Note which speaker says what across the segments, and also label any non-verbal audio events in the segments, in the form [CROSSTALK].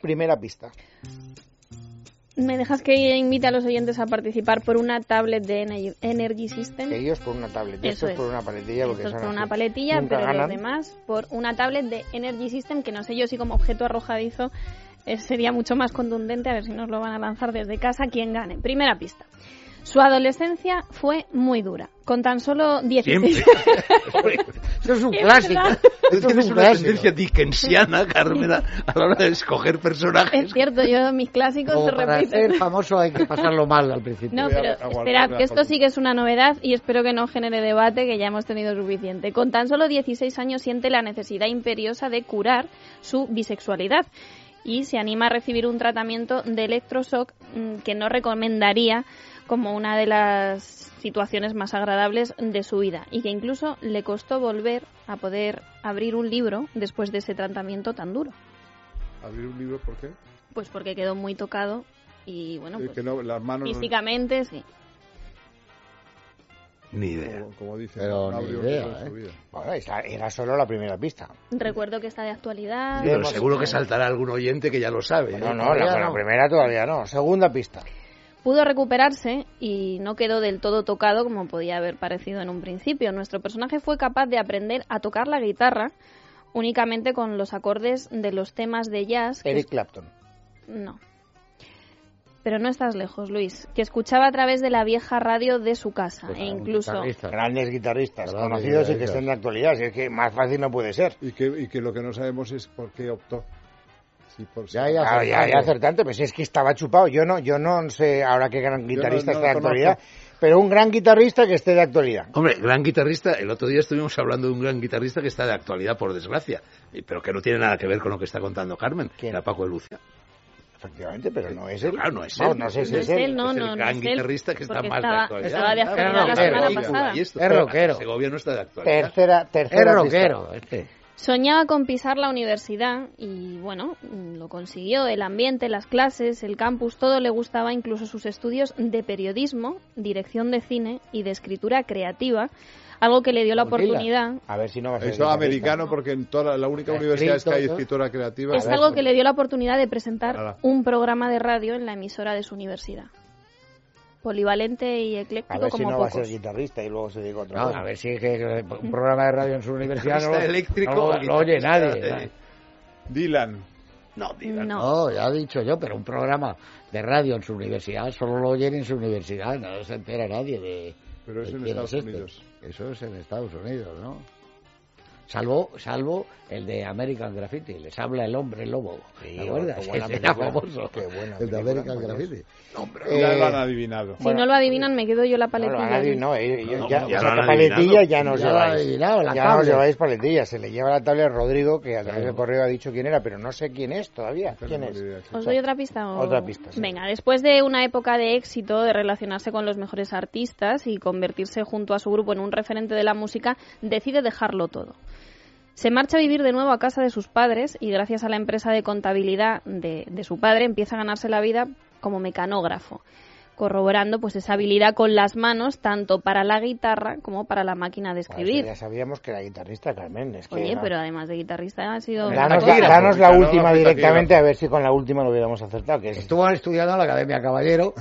Speaker 1: Primera pista.
Speaker 2: ¿Me dejas que invite a los oyentes a participar por una tablet de Ener- Energy System?
Speaker 1: Ellos por una tablet,
Speaker 2: Eso
Speaker 1: estos
Speaker 2: es.
Speaker 1: por una paletilla.
Speaker 2: Esto
Speaker 1: porque
Speaker 2: es
Speaker 1: son
Speaker 2: por una
Speaker 1: así.
Speaker 2: paletilla,
Speaker 1: Nunca
Speaker 2: pero los
Speaker 1: ganan.
Speaker 2: demás por una tablet de Energy System, que no sé yo si como objeto arrojadizo eh, sería mucho más contundente, a ver si nos lo van a lanzar desde casa, quien gane. Primera pista. Su adolescencia fue muy dura, con tan solo
Speaker 3: [LAUGHS]
Speaker 2: 16...
Speaker 1: Esto es un
Speaker 2: [LAUGHS] Es
Speaker 1: clásico.
Speaker 2: verdad.
Speaker 1: Esto [LAUGHS] es
Speaker 3: Tienes
Speaker 1: un
Speaker 3: una tendencia
Speaker 1: clásico.
Speaker 3: dickensiana, Carmela, a la hora de
Speaker 2: [LAUGHS]
Speaker 3: escoger
Speaker 2: es
Speaker 3: personajes.
Speaker 2: cierto, yo mis clásicos
Speaker 1: Como
Speaker 2: se
Speaker 1: para
Speaker 2: repiten.
Speaker 1: ser famoso hay que pasarlo mal al principio.
Speaker 2: No,
Speaker 3: Voy a
Speaker 2: pero
Speaker 3: aguantar
Speaker 2: esperad,
Speaker 3: la
Speaker 2: que esto
Speaker 3: palabra.
Speaker 2: sí que es una novedad y espero que no genere debate, que ya hemos tenido suficiente. Con tan solo 16 años siente la necesidad imperiosa de curar su bisexualidad y se anima a recibir un tratamiento de electroshock mm, que no recomendaría como una de las situaciones más agradables de su vida y que incluso le costó volver a poder abrir un libro después de ese tratamiento tan duro.
Speaker 4: Abrir un libro, ¿por qué?
Speaker 2: Pues porque quedó muy tocado y bueno,
Speaker 4: Eh,
Speaker 2: pues,
Speaker 4: que no, las manos. no-
Speaker 2: físicamente sí.
Speaker 3: Ni idea.
Speaker 4: como, como dicen,
Speaker 1: Pero
Speaker 4: no
Speaker 1: ni
Speaker 4: abrió un
Speaker 1: idea,
Speaker 4: libro en su
Speaker 1: ¿eh?
Speaker 4: vida.
Speaker 1: Bueno, esa era solo la primera pista.
Speaker 2: Recuerdo que está de actualidad.
Speaker 3: Pero seguro que saltará algún oyente que ya lo sabe.
Speaker 1: No,
Speaker 3: ¿eh?
Speaker 1: no, la,
Speaker 3: Todavía
Speaker 1: la
Speaker 3: no.
Speaker 1: primera todavía no. Segunda pista.
Speaker 2: Pudo recuperarse y no quedó del todo tocado como podía haber parecido en un principio. Nuestro personaje fue capaz de aprender a tocar la guitarra únicamente con los acordes de los temas de jazz. que-
Speaker 1: Eric Clapton.
Speaker 2: No. Pero no estás lejos, Luis. Que escuchaba a través de la vieja radio de su casa
Speaker 1: Pues
Speaker 2: e
Speaker 1: era un
Speaker 2: incluso...
Speaker 1: guitarrista. Grandes guitarristas,
Speaker 3: Grandes
Speaker 1: conocidos y que
Speaker 3: guitarristas.
Speaker 1: estén de actualidad. Si es que más fácil no puede ser.
Speaker 4: Y que, y que lo que no sabemos es por qué optó. Si por
Speaker 3: Ya, ya,
Speaker 1: Claro, ya,
Speaker 3: acertante.
Speaker 1: ya acertante, pero si es que estaba chupado. Yo no, yo no sé ahora qué gran guitarrista
Speaker 4: no
Speaker 1: está de
Speaker 4: conozco.
Speaker 1: actualidad, pero un gran guitarrista que esté de actualidad.
Speaker 3: Hombre, gran guitarrista. El otro día estuvimos hablando de un gran guitarrista que está de actualidad, por desgracia, eh, pero que no tiene nada que ver con lo que está contando Carmen.
Speaker 1: ¿Quién?
Speaker 3: Era Paco de Lucia.
Speaker 1: Efectivamente, pero no es él.
Speaker 3: Claro, no es
Speaker 1: Vamos,
Speaker 3: él.
Speaker 1: No sé si
Speaker 2: No
Speaker 1: es
Speaker 2: es
Speaker 1: él.
Speaker 2: él, no,
Speaker 3: es el
Speaker 2: no, no
Speaker 3: gran
Speaker 2: es él,
Speaker 3: guitarrista que está
Speaker 2: porque
Speaker 3: más
Speaker 2: estaba-
Speaker 3: de actualidad.
Speaker 2: estaba de actualidad
Speaker 1: la semana
Speaker 2: pasada.
Speaker 3: Y esto,
Speaker 1: Es rockero.
Speaker 3: Ese gobierno está de actualidad.
Speaker 1: Tercera, tercera
Speaker 3: Es
Speaker 1: pista.
Speaker 3: rockero, este.
Speaker 2: Soñaba con pisar la universidad y bueno, lo consiguió. El ambiente, las clases, el campus, todo le gustaba, incluso sus estudios de periodismo, dirección de cine y de escritura creativa, algo que le dio la
Speaker 1: Mutila.
Speaker 2: oportunidad.
Speaker 1: A ver si no va a ser.
Speaker 4: Eso
Speaker 1: guitarrista.
Speaker 4: americano, porque en toda la, la única
Speaker 1: Ha
Speaker 4: universidad es que hay
Speaker 1: escrito, ¿no?
Speaker 4: escritora creativa.
Speaker 2: Es
Speaker 4: A ver,
Speaker 2: algo que le dio la oportunidad de presentar
Speaker 4: Nada.
Speaker 2: un programa de radio en la emisora de su universidad. Polivalente y
Speaker 1: A
Speaker 2: ecléctico
Speaker 1: ver si
Speaker 2: como
Speaker 1: no va a ser
Speaker 2: pocos.
Speaker 1: guitarrista y luego se diga otra
Speaker 5: No,
Speaker 1: cosa.
Speaker 5: a ver si es que un programa de radio en su universidad no,
Speaker 3: Guitarrista
Speaker 5: lo-
Speaker 3: eléctrico.
Speaker 5: no lo- lo oye
Speaker 3: guitarrista,
Speaker 5: nadie.
Speaker 3: eh,
Speaker 4: Dylan.
Speaker 3: No, diga,
Speaker 2: No.
Speaker 5: No, ya he dicho yo, pero un programa de radio en su universidad solo lo oyen en su universidad, no se entera nadie de.
Speaker 4: Pero es
Speaker 5: de
Speaker 4: en
Speaker 5: quién
Speaker 4: Estados
Speaker 5: este.
Speaker 4: Unidos.
Speaker 5: Eso es en Estados Unidos, ¿no? Salvo, salvo el de American Graffiti, les habla el hombre lobo.
Speaker 1: Sí, oh,
Speaker 5: ¿Te acuerdas?
Speaker 1: qué
Speaker 5: [LAUGHS]
Speaker 1: buena
Speaker 5: Ese era
Speaker 1: película.
Speaker 5: famoso.
Speaker 1: Qué buena
Speaker 5: el de
Speaker 1: película,
Speaker 5: American
Speaker 1: por Dios.
Speaker 5: Graffiti.
Speaker 4: Ya
Speaker 1: Eh,
Speaker 4: lo han adivinado.
Speaker 2: Si no lo adivinan, me quedo yo la
Speaker 1: No,
Speaker 2: paletilla.
Speaker 1: no, nadie- no, eh, yo-
Speaker 3: No,
Speaker 1: ya,
Speaker 3: ya
Speaker 1: o sea,
Speaker 3: lo han
Speaker 1: que paletilla
Speaker 3: adivinado.
Speaker 1: ya no os
Speaker 5: Ya lo han
Speaker 1: lleváis.
Speaker 5: adivinado, la
Speaker 1: ya no os
Speaker 5: tablet.
Speaker 1: lleváis paletilla. Se le lleva la tabla a Rodrigo, que a través
Speaker 5: Claro.
Speaker 1: del correo ha dicho quién era, pero no sé quién es todavía. ¿Quién es?
Speaker 2: ¿Os doy otra pista? o-
Speaker 1: Otra pista, sí.
Speaker 2: Venga, después de una época de éxito, de relacionarse con los mejores artistas y convertirse junto a su grupo en un referente de la música, decide dejarlo todo. Se marcha a vivir de nuevo a casa de sus padres y gracias a la empresa de contabilidad de, de su padre empieza a ganarse la vida como mecanógrafo, corroborando pues esa habilidad con las manos tanto para la guitarra como para la máquina de
Speaker 1: Bueno,
Speaker 2: escribir.
Speaker 1: eso ya sabíamos que era guitarrista, Carmen. Es Pues que
Speaker 2: Oye,
Speaker 1: no.
Speaker 2: pero además de guitarrista ha sido... otra
Speaker 1: Danos,
Speaker 2: cosa.
Speaker 1: la, danos la
Speaker 4: Claro,
Speaker 1: última
Speaker 4: la pista
Speaker 1: directamente, a ver si con la última lo hubiéramos acertado. Que es
Speaker 5: Estuvo estudiando en la
Speaker 1: [LAUGHS]
Speaker 5: Academia Caballero.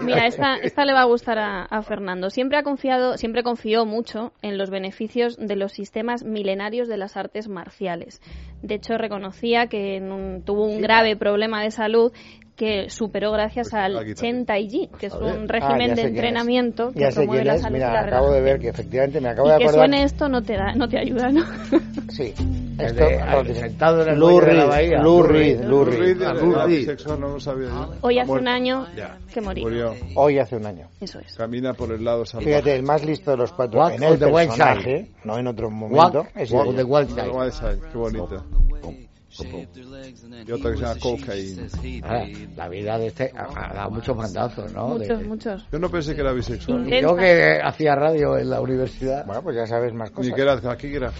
Speaker 2: Mira, esta, esta le va a gustar a, a Fernando. Siempre ha confiado, siempre confió mucho en los beneficios de los sistemas milenarios de las artes marciales. De hecho, reconocía que en un- tuvo un grave problema de salud que superó gracias
Speaker 4: Pues la
Speaker 2: al
Speaker 4: guitarra.
Speaker 2: Chen Tai Chi, que es
Speaker 4: Joder.
Speaker 2: un
Speaker 1: Ah, ya sé
Speaker 2: régimen de
Speaker 1: quién es.
Speaker 2: entrenamiento que
Speaker 1: ya sé
Speaker 2: promueve
Speaker 1: quién
Speaker 2: la
Speaker 1: es.
Speaker 2: salud y
Speaker 1: Mira,
Speaker 2: la
Speaker 1: acabo de
Speaker 2: relajación.
Speaker 1: ver que efectivamente me acabo
Speaker 2: Y
Speaker 1: de
Speaker 2: que
Speaker 1: acordar.
Speaker 2: suene esto no te da, no te ayuda, ¿no? [LAUGHS]
Speaker 1: Sí.
Speaker 5: El
Speaker 1: Esto,
Speaker 5: de-
Speaker 1: no,
Speaker 5: al-
Speaker 1: que-
Speaker 5: sentado en el
Speaker 1: Lou
Speaker 5: muelle de la
Speaker 1: Reed,
Speaker 5: bahía.
Speaker 1: Lou Reed, Lou Reed.
Speaker 4: Lurid.
Speaker 3: Ah, Lou Reed.
Speaker 4: sexual no lo sabía yo.
Speaker 2: Hoy hace
Speaker 4: Muerto.
Speaker 2: un año
Speaker 3: Ya.
Speaker 2: que morí.
Speaker 4: Murió.
Speaker 1: Hoy hace un año.
Speaker 2: Eso es.
Speaker 4: Camina por el lado salvaje.
Speaker 1: Fíjate, el más listo de los cuatro
Speaker 5: Walk
Speaker 1: en el
Speaker 5: on the wild
Speaker 1: personaje, no en otro
Speaker 5: Walk,
Speaker 1: momento. es
Speaker 5: Walk
Speaker 1: el-
Speaker 5: the Wild Side.
Speaker 4: Algo de esa, Qué bonito. Y otra que se llama cocaína.
Speaker 5: Ah, la vida de este ha, ha dado muchos mandazos, ¿no? De-
Speaker 2: Muchos, muchos.
Speaker 4: Yo no pensé que era bisexual.
Speaker 2: Intensa.
Speaker 5: Yo que hacía radio en la universidad.
Speaker 1: Bueno, pues ya sabes más cosas.
Speaker 4: Ni que era taquígrafo.